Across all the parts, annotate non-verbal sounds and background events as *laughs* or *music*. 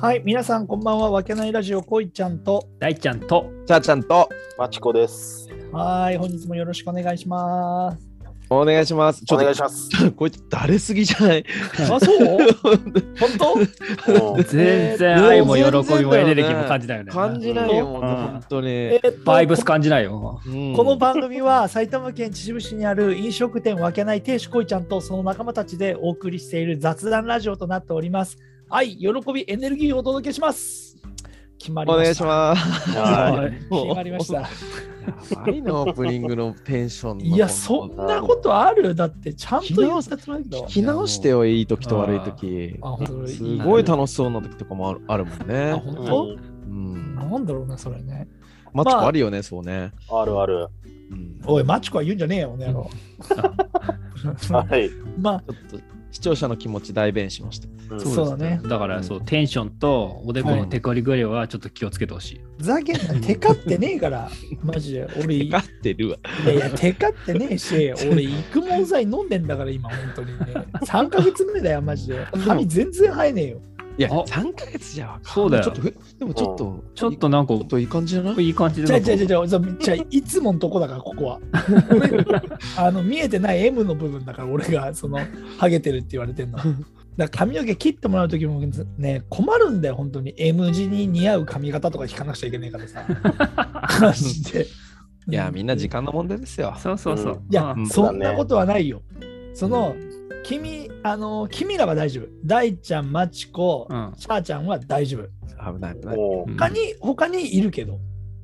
はい、皆さんこんばんは。わけないラジオこいちゃんと。大ちゃんとちゃーちゃんとマチコです。はい、本日もよろしくお願いします。お願いします。ちょおっと願いしま *laughs* す。こいつ誰すぎじゃ *laughs* ない。あ、そう？本当？うん全然愛も喜びもエネルギーも感じないよね。感じないよ、もううん本当えに。ーっとバイブス感じないよ。うんこの番組は埼玉県秩父市にある飲食店わけない亭主こいちゃんとその仲間たちでお送りしている雑談ラジオとなっております。愛、喜び、エネルギーをお届けします。決まりおま願いし。したます。はいはいもう決まりまし。た。やばいな、オープニングのテンションの。いや、そんなことあとあるだってちゃんと言ったつもりだけ聞ど。き直してよ、いい時と悪い時あ、。本当すごい楽しそうな時とかもあるあるもんあ、ね。本当？うん。なんだろうな、それね。マチコあるよね、そうね。あるある。うんちょおい、マチコは言うんじゃねえよ、ね、はい。まあ、っと視聴者の気持ち代弁しました。うんそうだね。だからそう、テンションとおでこのテコリグレはちょっと気をつけてほしい。ざけんな、テカってねえから、マジで。俺、いかかってるわ。やいや、テカってねえし、俺、育毛剤飲んでんだから、今、本当にね。3ヶ月目だよ、マジで。髪全然生えねえよ。いや、あ3ヶ月じゃわかんないそうだよちょっとふ、でもちょっと、ちょっとなんかちょっといい感じじゃないいい感じじゃであ、じゃあ、じゃあじゃあじゃあ、じゃあいつものとこだから、ここは。俺あの見えてない M の部分だから、俺が、その、ハゲてるって言われてんの。だから髪の毛切ってもらうときもね、困るんだよ、本当に。M 字に似合う髪型とか引かなくちゃいけないからさ。マジで。いや、みんな時間の問題ですよ。そうそうそう。いやう、んそんなことはないよ。その、君、あの、君らは大丈夫。大ちゃん、まちこ、うんちゃーちゃんは大丈夫。危ない危ない。もうん他に、他にいるけど、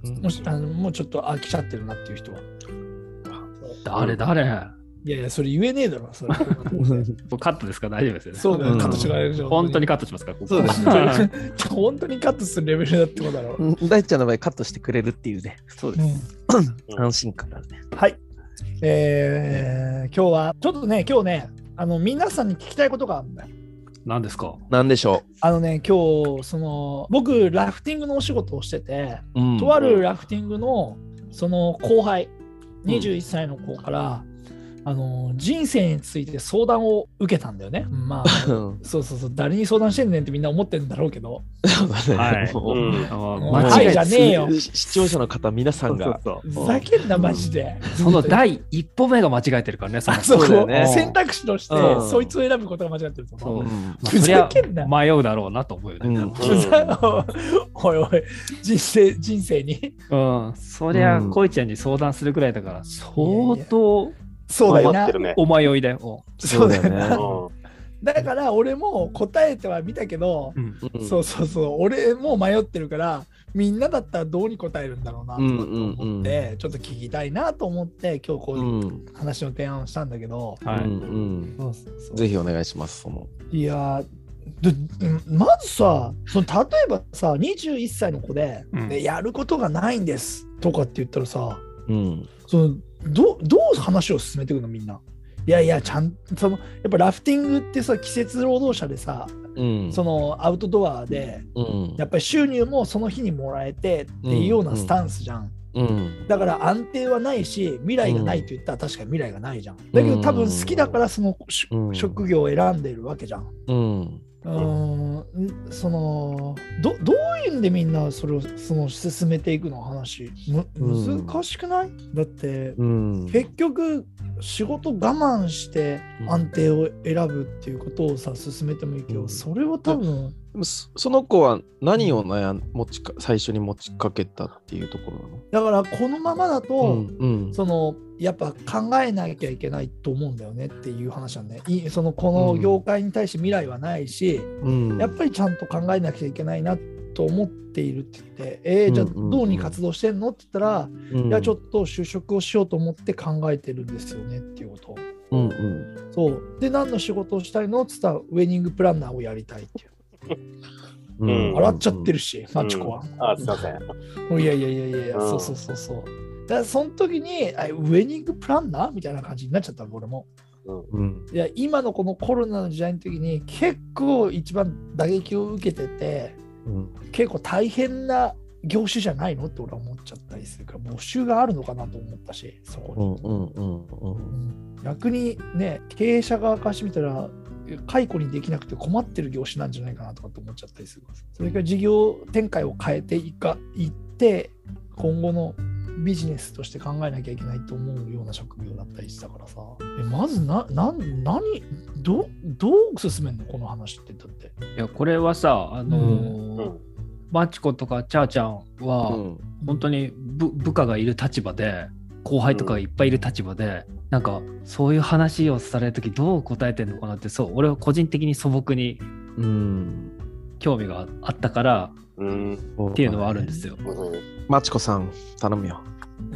うんもしあのもうちょっと飽きちゃってるなっていう人は。誰誰いやいや、それ言えねえだろ、 *laughs* それ。カットですか大丈夫ですよね。そうだよ、うんカットしてから本当にカカットしますから。そうですね。 *laughs* 本当にカットするレベルだってことだろ。うん大ちゃんの場合カットしてくれるっていうね。そううす。んうん安心感だね。はい。えー、今日は、ちょっとね、今日ね、あの、皆さんに聞きたいことがあるんだよ。何ですかなんでしょあのね、今日、その、僕、ラフティングのお仕事をしてて、う。うんとあるラフティングのその後輩、21歳の子から、あの人生について相談を受けたんだよね。まあそうそうそう誰に相談してんねんってみんな思ってんだろうけど *laughs* そうだね。はいもううんあー間違いじゃねえよ視視聴者の方、皆さんが。そうそうふそうざけんなマジで。その第一歩目が間違えてるからね、そのあそこそうだよね選択肢としてうんそいつを選ぶことが間違ってると思そうう。うんまあふざけんなそりゃ迷うだろうなと思うようね。んふざ *laughs* おいおい人生人生にうん、そりゃ、うんこいちゃんに相談するくらいだから、相当そうだ頑よ張っなてるね。お迷いだよ。そうだよそうだなよねだから俺も答えては見たけどう、ん、うんそうそうそう俺も迷ってるからみんなだったらどうに答えるんだろうなとかって思って、うちょっと聞きたいなと思って今日こう。ういうん話の提案をしたんだけど、はい、うんうんそうそうそうぜひお願いします、その。いやーでうんまずさその例えばさ21歳の子で、うんねやることがないんです」とかって言ったらさうん。そのどどう話を進めていくのみんな。いやいやちゃんそのやっぱラフティングってさ季節労働者でさうん。そのアウトドアでうんやっぱり収入もその日にもらえてっていうようなスタンスじゃん。うん。だから安定はないし、未来がないと言ったら確かに未来がないじゃん。だけど多分好きだからそのしうん職業を選んでるわけじゃん。うん。うーん、そのどどういうんでみんなそれをその進めていくの話むうん難しくない、だってうん。結局仕事我慢して安定を選ぶっていうことをさ進めてもいいけど、うんそれは多分でもそその子は何を悩ん持ちか最初に持ちかけたっていうところなのだからこのままだと、うんそのやっぱ考えなきゃいけないと思うんだよねっていう話なんで、いそのこの業界に対して未来はないし、うんうんやっぱりちゃんと考えなきゃいけないなと思っているって言って、えー、じゃあうんうんうんどうに活動してんのって言ったら、うんいやちょっと就職をしようと思って考えてるんですよねっていうこと。うんうんそうで何の仕事をしたいのって言ったらウェディングプランナーをやりたいっていううん笑っちゃってるし、マチコは。あ、すいません。 *laughs* いやいやいやいやいや、うんそうそうそうそう。だからその時にあウェディングプランナーみたいな感じになっちゃったの俺も。うんいや今のこのコロナの時代の時に結構一番打撃を受けててうん結構大変な業種じゃないのって俺は思っちゃったりするから募集があるのかなと思ったしそこうに、んうんうんうん逆にね経営者側からしてみたら解雇にできなくて困ってる業種なんじゃないかなとかって思っちゃったりするそれから事業展開を変えていかいって今後のビジネスとして考えなきゃいけないと思うような職業だったりしたからさえまずなな何どどう進めんのこの話ってだっていやこれはさあのうーんマチコとかチャーちゃんは、うん本当に部部下がいる立場で後輩とかがいっぱいいる立場で、なんかそういう話をされる時どう答えてんのかなってそう俺は個人的に素朴にうん。興味があったからうん。っていうのはあるんですよ。うんマチコさん、頼むよ。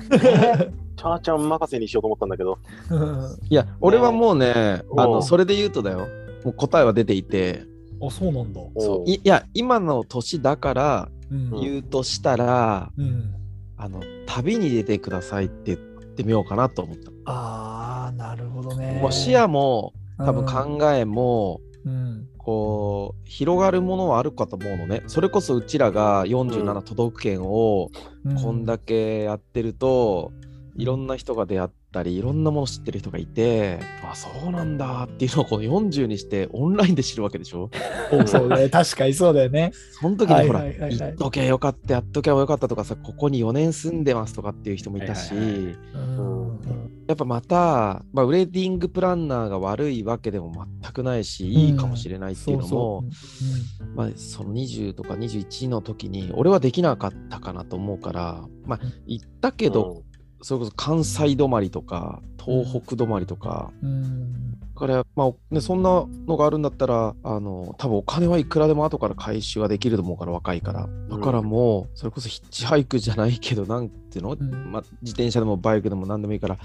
*laughs* チャーちゃん任せにしようと思ったんだけど。うんいや、俺はもうね、おうあの、それで言うとだよ。もう答えは出ていて、あそうなんだそういいいや、今の年だからうん言うとしたら、うんあの、旅に出てくださいって言ってみようかなと思った。ああなるほどねもう視野も、多分考えも、うんこう広がるものはあるかと思うのねそれこそうちらがう47ん都道府県をうんこんだけやってると、いろんな人が出会ったりいろんなもの知ってる人がいてあそうなんだっていうのをこの40にしてオンラインで知るわけでしょそうそう *laughs* ね確かにそうだよねその時にほら、はいはいはいはい言っとけばよかったやっとけばよかったとかさここに4年住んでますとかっていう人もいたし、はいはいうはんやっぱまた、まあ、ウェディングプランナーが悪いわけでも全くないしいいかもしれないっていうのも、そうそううんまあ、その20とか21の時に俺はできなかったかなと思うからまあうん行ったけど、、それこそ関西止まりとか東北止まりとか、うんだから、まあね、そんなのがあるんだったらあの多分お金はいくらでも後から回収はできると思うから若いからだからもうそれこそヒッチハイクじゃないけどなんていうの、んまあ、自転車でもバイクでも何でもいいから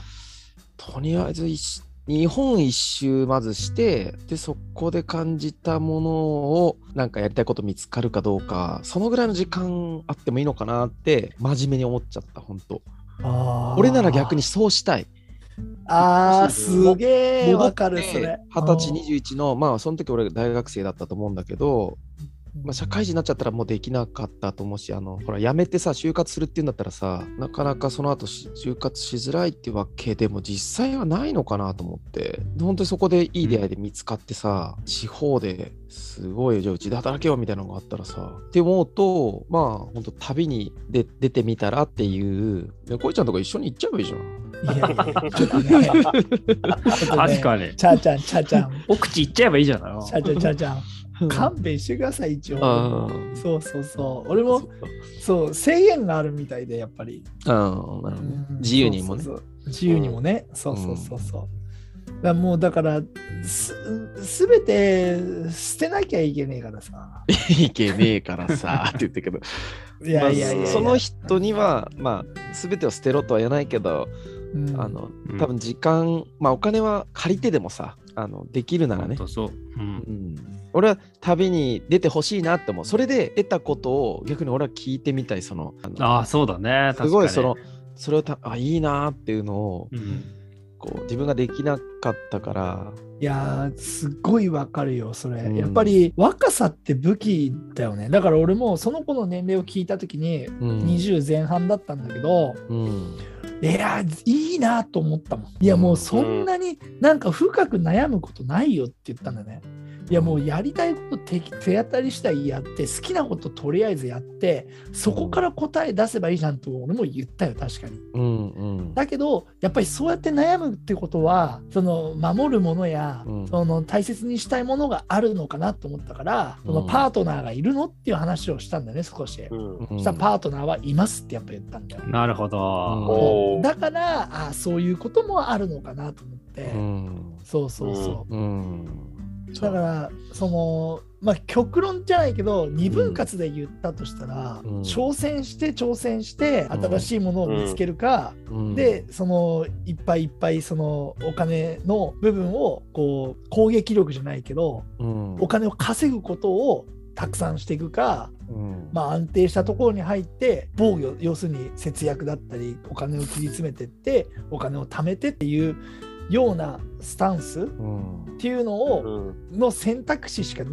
とりあえず一日本一周まずしてでそこで感じたものをなんかやりたいこと見つかるかどうかそのぐらいの時間あってもいいのかなって真面目に思っちゃった本当あー俺なら逆にそうしたいあーすげえわかるそれで二十歳21のまあその時俺大学生だったと思うんだけど、まあ、社会人になっちゃったらもうできなかったと思うしあのほら辞めてさ就活するっていうんだったらさなかなかその後し就活しづらいってわけでも実際はないのかなと思ってで本当にそこでいい出会いで見つかってさ、地方ですごいじゃあうちで働けよみたいなのがあったらさって思うとまあ本当旅に出出てみたらっていうでこいちゃんとか一緒に行っちゃえばいいじゃ *laughs* ん。いやいやちょっとねちょっとね確かに。ちゃーちゃんちゃーちゃんお口いっちゃえばいいじゃないのちゃーちゃんちゃーちゃん勘弁してください一応あそうそうそう俺もそう制限があるみたいでやっぱりあーなるほどねうん自由にもねそうそうそう自由にもね、そうそうそうそう、だからもうだからすすべて捨てなきゃいけねえからさいけねえから *laughs* さって言ったけどいやいやいやいまやあ、その人にはまあ全てを捨てろとは言わないけど、うんあのうん多分時間まあお金は借りてでもさあのできるならほんね、とそう。うんうん、俺は旅に出てほしいなって思うそれで得たことを逆に俺は聞いてみたいそのあのああ、そうだね。すごいそのそれをたあいいなっていうのを確かに。うんこう自分ができなかったからいやーすっごいわかるよそれ、うんやっぱり若さって武器だよねだから俺もその子の年齢を聞いた時にうん20前半だったんだけど、うんいやーいいなと思ったもんいやもうそんなになんか深く悩むことないよって言ったんだねいやもうやりたいこと手手当たりしたいやって好きなこととりあえずやってそこから答え出せばいいじゃんと俺も言ったよ確かにうんうんだけどやっぱりそうやって悩むってことはその守るものや、うんその大切にしたいものがあるのかなと思ったから、そのうんパートナーがいるのっていう話をしたんだよね少し、うん。そしたらパートナーはいますってやっぱ言ったんだよ、なるほど。おーだからあそういうこともあるのかなと思って、うんそうそうそう、うんだからそのまあ極論じゃないけど二分割で言ったとしたら、うん挑戦して挑戦してうん新しいものを見つけるか、うんでそのいっぱいいっぱいそのお金の部分をこう攻撃力じゃないけどうんお金を稼ぐことをたくさんしていくか、うんまあ、安定したところに入って防御要するに節約だったりお金を切り詰めてってお金を貯めてっていうようなスタンスっうんていうのをうんの選択肢しか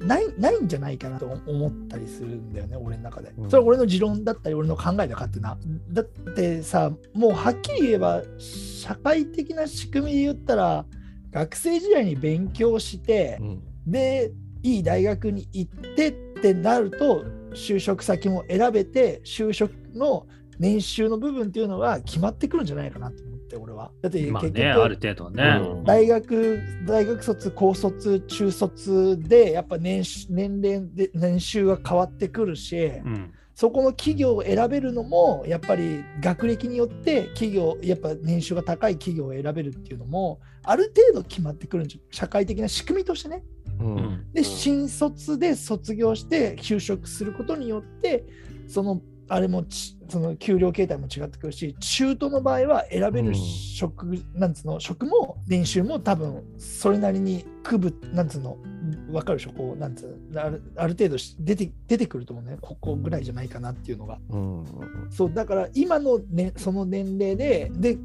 ないないんじゃないかなと思ったりするんだよね俺の中でうんそれは俺の持論だったり俺の考えだ勝手なだってさもうはっきり言えば社会的な仕組みで言ったら学生時代に勉強してう、んでいい大学に行ってってなると就職先も選べて就職の年収の部分っていうのは決まってくるんじゃないかなと思って俺は。だって結まあ局、ね、ある程度はね。うん大学大学卒高卒中卒でやっぱ年収年齢で年収が変わってくるし、うん。そこの企業を選べるのもやっぱり学歴によって企業やっぱ年収が高い企業を選べるっていうのもある程度決まってくるんじゃ社会的な仕組みとしてね。うんうん。でうん新卒で卒業して就職することによってそのあれもちその給料形態も違ってくるし中途の場合は選べうるん職、なんつうの職も練習も多分それなりに区分なんつうの分かるでしょこうなんつうあるある程度し出て出てくると思うねここぐらいじゃないかなっていうのがうんそうだから今の、ね、その年齢でで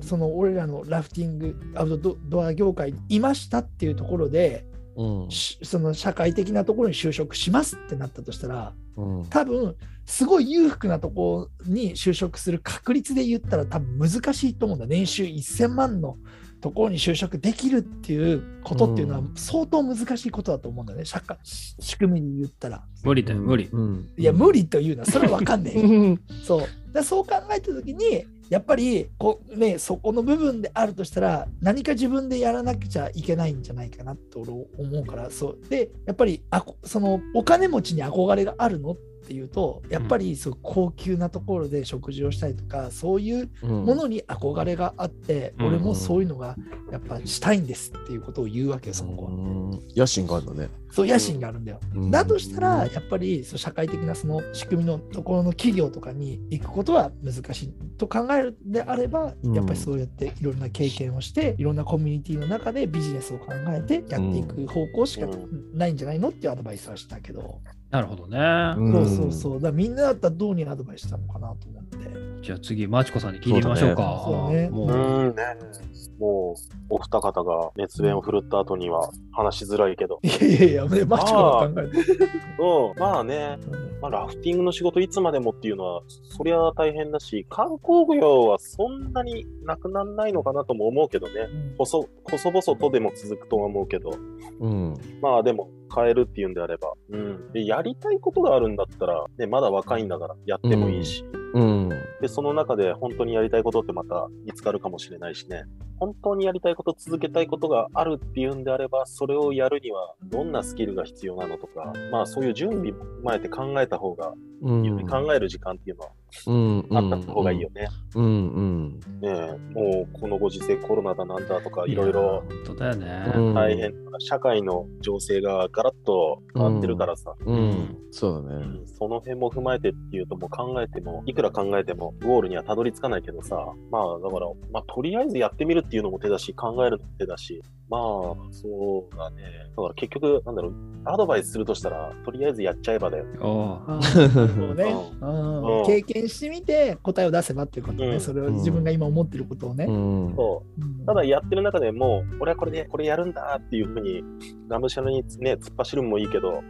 その俺らのラフティングアウトドドア業界にいましたっていうところでうんしその社会的なところに就職しますってなったとしたらうん多分すごい裕福なところに就職する確率で言ったら多分難しいと思うんだ年収1000万のところに就職できるっていうことっていうのはう相当難しいことだと思うんだね社会し仕組みに言ったら無理だよ、無理。うんいや無理というのはそれは分かんねえうよんそうでそう考えた時にやっぱりこう、ね、そこの部分であるとしたら何か自分でやらなくちゃいけないんじゃないかなと俺思うからそうでやっぱりあこそのお金持ちに憧れがあるのっていうとやっぱりそう高級なところで食事をしたりとかそういううんものに憧れがあって、うん俺もそういうのがやっぱしたいんですっていうことを言うわけよその子は、うん野心があるのねそう野心があるんだようんだとしたら、やっぱりそう社会的なその仕組みのところの企業とかに行くことは難しいと考えるんであれば、うんやっぱりそうやっていろんな経験をして、いろんなコミュニティの中でビジネスを考えてやっていく方向しかうないんじゃないのっていうアドバイスはしたけど、なるほどね。そうそうそう、だからみんなだったらどうにアドバイスしたのかなと思って。じゃあ次、マチコさんに聞いてみましょうか。そうだねもうう、ーんね、もうお二方が熱弁を振るった後には話しづらいけど、いやいやいや、ねマチコが考えてる。うん、まあね、まあ、ラフティングの仕事いつまでもっていうのはそりゃ大変だし観光業はそんなになくならないのかなとも思うけどねうん細細々とでも続くとは思うけどうんまあでも変えるっていうんであれば、うん、でやりたいことがあるんだったら、ね、まだ若いんだからやってもいいし、うんでその中で本当にやりたいことってまた見つかるかもしれないしね本当にやりたいこと続けたいことがあるっていうんであればそれをやるにはどんなスキルが必要なのとかまあそういう準備も踏まえて考えた方がうんより考える時間っていうのはうんあった方がいいよね。うんうんねえもうこのご時世コロナだなんだとかいろいろや。本当だよね。うん大変な社会の情勢がガラッと変わってるからさ、うんそうだうねんその辺も踏まえてっていうともう考えてもいくら考えてもゴールにはたどり着かないけどさまあだから、まあ、とりあえずやってみるっていうのも手だし考えるのも手だしまあそうだねだから結局なんだろうアドバイスするとしたらとりあえずやっちゃえばだよ、おうそうねうんうん経験してみて答えを出せばっていうことね、うんそれを自分が今思ってることをねう。んそううんただやってる中でもう俺はこれでこれやるんだっていうふうにがむしゃらにね突っ走るのもいいけど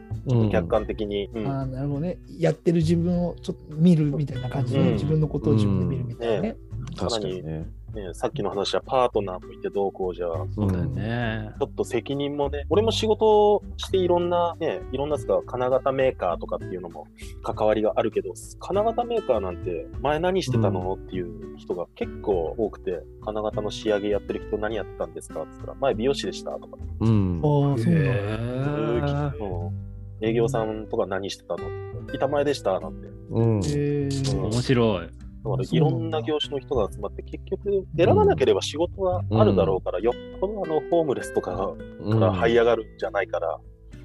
客観的に、うんあーなるほどねやってる自分をちょっと見るみたいな感じで、うん自分のことを自分で見るみたいなね。確かにねね、さっきの話はパートナーもいてどうこうじゃちそうだよね。ょっと責任もね俺も仕事をしていろんなねいろんなですか金型メーカーとかっていうのも関わりがあるけど金型メーカーなんて前何してたの、っていう人が結構多くて金型の仕上げやってる人何やってたんですかって言ったら前美容師でしたとかうんああそうなんだへえうん営業さんとか何してたのって板前でしたなんてうんへーうん面白い。だからそういなんろだんな業種の人が集まって、結局選ばなければ仕事はあるだろうから、よっぽどあのホームレスとかから這い上がるんじゃないから、だ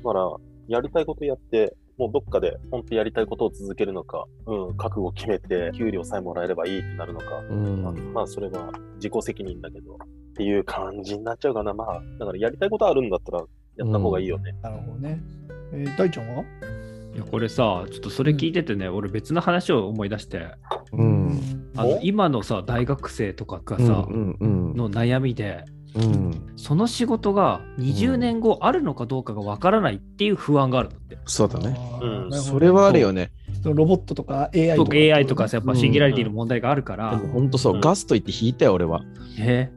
からやりたいことやって、もうどっかで本当やりたいことを続けるのか、うん、覚悟決めて、給料さえもらえればいいってなるのか、うんまあまあそれは自己責任だけど、っていう感じになっちゃうかな。まあ、だからやりたいことあるんだったら、やった方がいいよね。なるほどね。えー大ちゃんはいやこれさ、ちょっとそれ聞いててね、俺別の話を思い出して、うんあの今のさ、大学生とかがさ、うんうんの悩みで、うんその仕事が20年後あるのかどうかがわからないっていう不安があるんだって。そうだねあーうんなるほどそれはあるよねそのロボットとか AI とか僕 AI とかさやっぱシンギュラリティのう問題があるから、でも本当そう、うんガスト行って引いたよ、俺は。え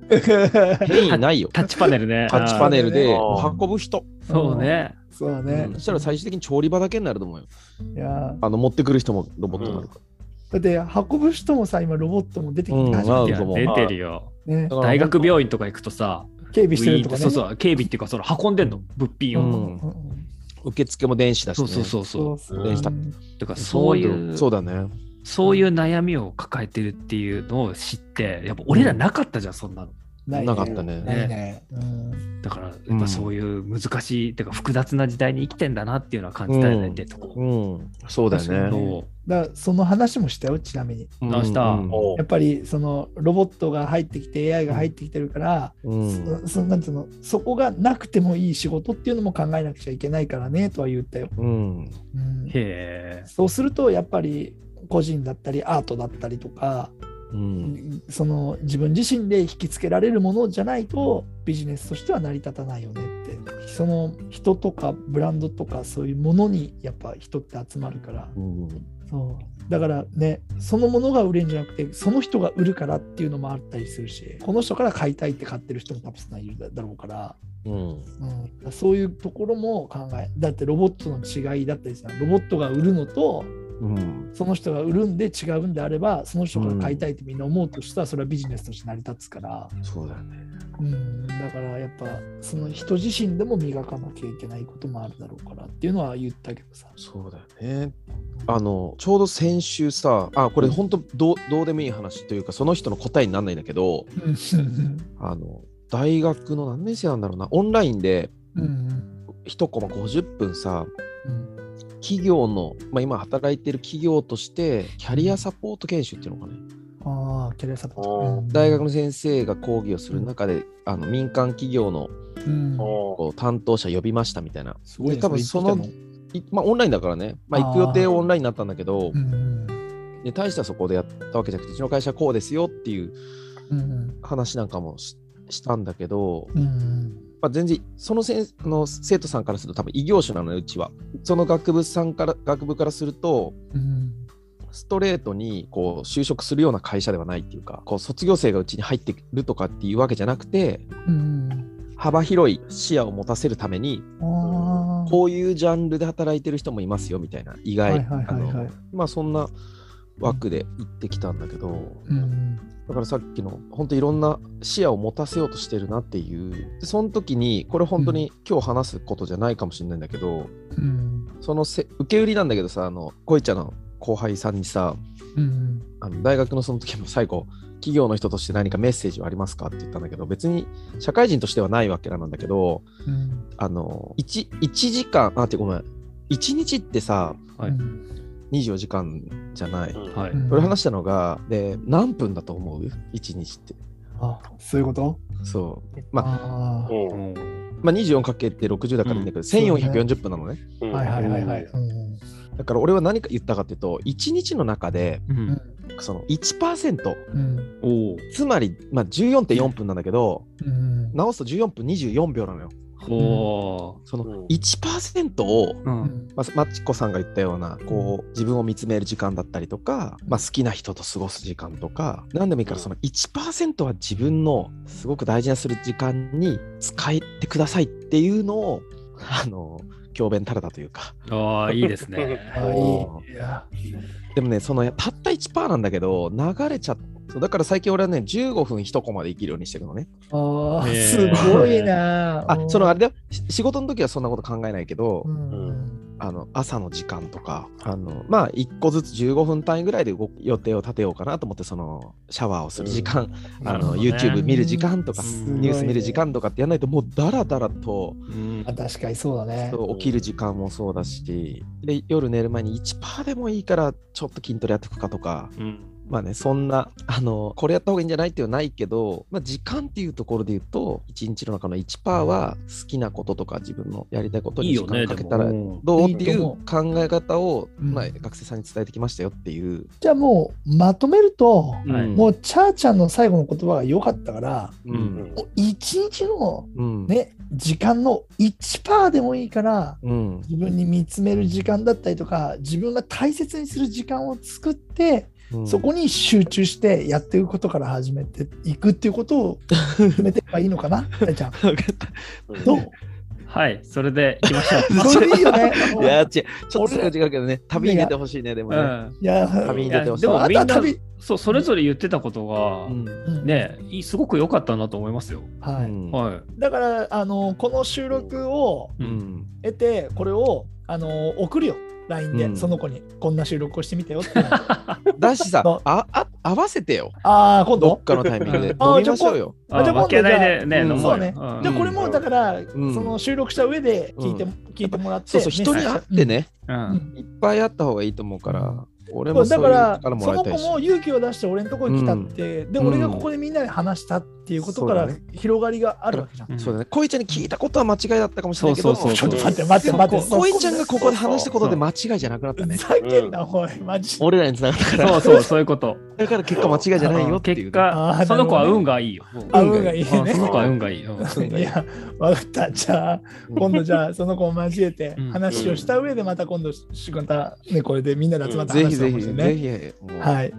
変異ないよ。タッチパネルね。 *laughs* タッチパネルであー運ぶ人。そうね。 *laughs* そうね、そしたら最終的に調理場だけになると思うよ。いやあの持ってくる人もロボットになるかだって運ぶ人もさ今ロボットも出てきてるうんじゃんいやそう出てるよ。ねら。大学病院とか行くとさ、警備ウしてィーるンっとてかねそうそう、警備っていうか、その運んでんの、物品うを。んうんうんうん受付も電子だし、そね。うそうそうそ。そううそう電子タだからそういうそうだね。そういう悩みを抱えてるっていうのを知って、やっぱ俺らなかったじゃん、そんなの。ないねなかったね。ないね、うん、だから、やっぱそういう難しい、てか複雑な時代に生きてんだなっていうのは感じたよね、うんでとこ。うん、そうだ確かにね。そうだからその話もしたよちなみにうん直したうんおうやっぱりそのロボットが入ってきて AI が入ってきてるから、うんそそなんつうのそこがなくてもいい仕事っていうのも考えなくちゃいけないからねとは言ったよ、うん。うんへえ。そうするとやっぱり個人だったりアートだったりとか、うん。その自分自身で引きつけられるものじゃないとビジネスとしては成り立たないよねってその人とかブランドとかそういうものにやっぱ人って集まるからうんそうだからねそのものが売れるんじゃなくてその人が売るからっていうのもあったりするしこの人から買いたいって買ってる人もたくさんいるだろうから、うん。うん、そういうところも考えだってロボットの違いだったりさロボットが売るのとうん。その人が売るんで違うんであればその人から買いたいってみんな思うとしたらそれはビジネスとして成り立つから、そうだね。うん、だからやっぱその人自身でも磨かなきゃいけないこともあるだろうからっていうのは言ったけどさ。そうだよね。あの、ちょうど先週さ、あ、これ本当どうどうでもいい話というか、その人の答えにならないんだけど、あの、大学の何年生なんだろうな、オンラインでうん1コマ50分さ、うん企業の、まあ、今働いてる企業として、キャリアサポート研修っていうのかね。ああ、キャリアサポートうんうん大学の先生が講義をする中で、あの民間企業のうんおうこう担当者呼びましたみたいな。すごいねで多分そのれ言っていまあ、オンラインだからね、まあ、あー行く予定はオンラインになったんだけどた、もんうんで大したそこでやったわけじゃなくて、うちの会社はこうですよっていううん話なんかもししたんだけど、うんうんまあ、全然そのせんあの生徒さんからすると多分異業種なのよ、うちは。その学部さんから学部からすると、うんストレートにこう就職するような会社ではないっていうか、こう卒業生がうちに入ってくるとかっていうわけじゃなくて、うん幅広い視野を持たせるために、あーこういうジャンルで働いてる人もいますよみたいな、意はい外。はいはいあはのいまあそんな枠で行ってきたんだけど、うんだからさっきの本当いろんな視野を持たせようとしてるなっていうでその時にこれ本当に今日話すことじゃないかもしれないんだけど、うんそのせ受け売りなんだけどさあのこいちゃんの後輩さんにさうんあの大学のその時も最後企業の人として何かメッセージはありますかって言ったんだけど別に社会人としてはないわけなんだけどうんあの 1, 一時間あってごめん1日ってさはいうん24時間じゃない。うんはい。うん俺話したのが、で、何分だと思う ?1 日って。あそういうことそう。まあ、あーううんんまあ、24×60 だからいいんだけど、1440分なのね。うんはいはいはいはいうんだから俺は何か言ったかっていうと、1日の中で、うんその1%、うんおつまり、まあ、14.4分なんだけど、うん直すと14分24秒なのよ。お。おそのうん1%を、ーう。うんんまあ、マッチコさんが言ったようなこう自分を見つめる時間だったりとか、まあ、好きな人と過ごす時間とか何でもいいからその1%は自分のすごく大事なする時間に使ってくださいっていうのをあの教鞭垂れたというかああ、いいですね。あーいいいやでもねそのたった1%なんだけど流れちゃそうだから最近俺はね15分1コマで生きるようにしてるのねあーえーすごいなあそのあれれだよし仕事の時はそんなこと考えないけど、うんあの朝の時間とかあのまあ1個ずつ15分単位ぐらいで動く予定を立てようかなと思ってそのシャワーをする時間、あなのるほどね YouTube 見る時間とか、すごいねニュース見る時間とかってやらないともうダラダラと、うんあ確かにそうだねそう起きる時間もそうだしで夜寝る前に1%でもいいからちょっと筋トレやっていくかとかうんまあね、そんな、あの、これやった方がいいんじゃないっていうのはないけど、まあ、時間っていうところで言うと、1日の中の1%は好きなこととか自分のやりたいこといいによ時ね間かけたらでもどういいってという思考え方を、うんまあ、学生さんに伝えてきましたよっていう。じゃあもうまとめると、はいうんもうチャーちゃんの最後の言葉が良かったから、う。うんんもう一日のうん。ね、時間の1%でもいいから、うん。自分に見つめる時間だったりとか、自分が大切にする時間を作って、うんそこに集中してやっていくことから始めていくっていうことを決めていけばいいのか *laughs* な、チャーちゃん。分かったうんどうはい、それで行きましょう。それいいよね。 *laughs* いや、違う、ちょっとそれは違うけどね、旅に出てほしいね、でもうね。ん、いや、旅にい出やてほしい。でもあみとんはな旅、そう、それぞれ言ってたことが、うんねいいすごく良かったなと思いますよ。はいうんはだからあのこの収録をい。ううんん。得てこれをあの送るよ LINE で、うんその子にこんな収録をしてみたよって *laughs* いうのあだ *laughs* しさそう、あ、あ、合わせてよ。あ今ど度っかのタイミングうで。飲ん *laughs* あみましょうよ。あじゃあ今度負けないでね、じゃあ飲もそううねよ。うんじゃあこれもだから、んその収録した上で聞いて,、うん聞いてもらってそうそう、人に会って、ね、うメんッセージうんいっぱい会った方がいいと思うから、俺そもうそだうかいうら力もそらいのた子いし。も勇気を出して俺のところに来たって、で俺がここでみんなで話したっていうことからそうだ広がりがあるわけじゃん。うんそうだね、恋ちゃんに聞いたことは間違いだったかもしれないけど、そうちょそっうとそう待って待って待ってそ恋ちゃんがここで話したことでそう間違いじゃなくなったふね。ざけんな、おい、マジで。俺らに繋がったから、そうそう、そういうこと。だから結果間違いじゃないよってい結うね。あーなるほどね果、その子は運がいいよ。うんあ、運がいいそね。の子は運がいい。うんそうだいねや、わかった。じゃあ、今度じゃあ、その子を交えてうん話をした上で、また今度、しまたね、これでみんなで集まってぜ話ひすかぜもひ、しれないぜね。ひ、もうはい。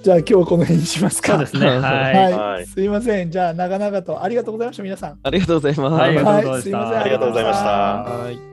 じゃあ、今日はこの辺にしますか。そうですね。は。はいい、はいすいません。じゃあ、長々とありがとうございました、皆さん。ありがとうございます。はいありがとうございましたすいません。ありがとうございましたはい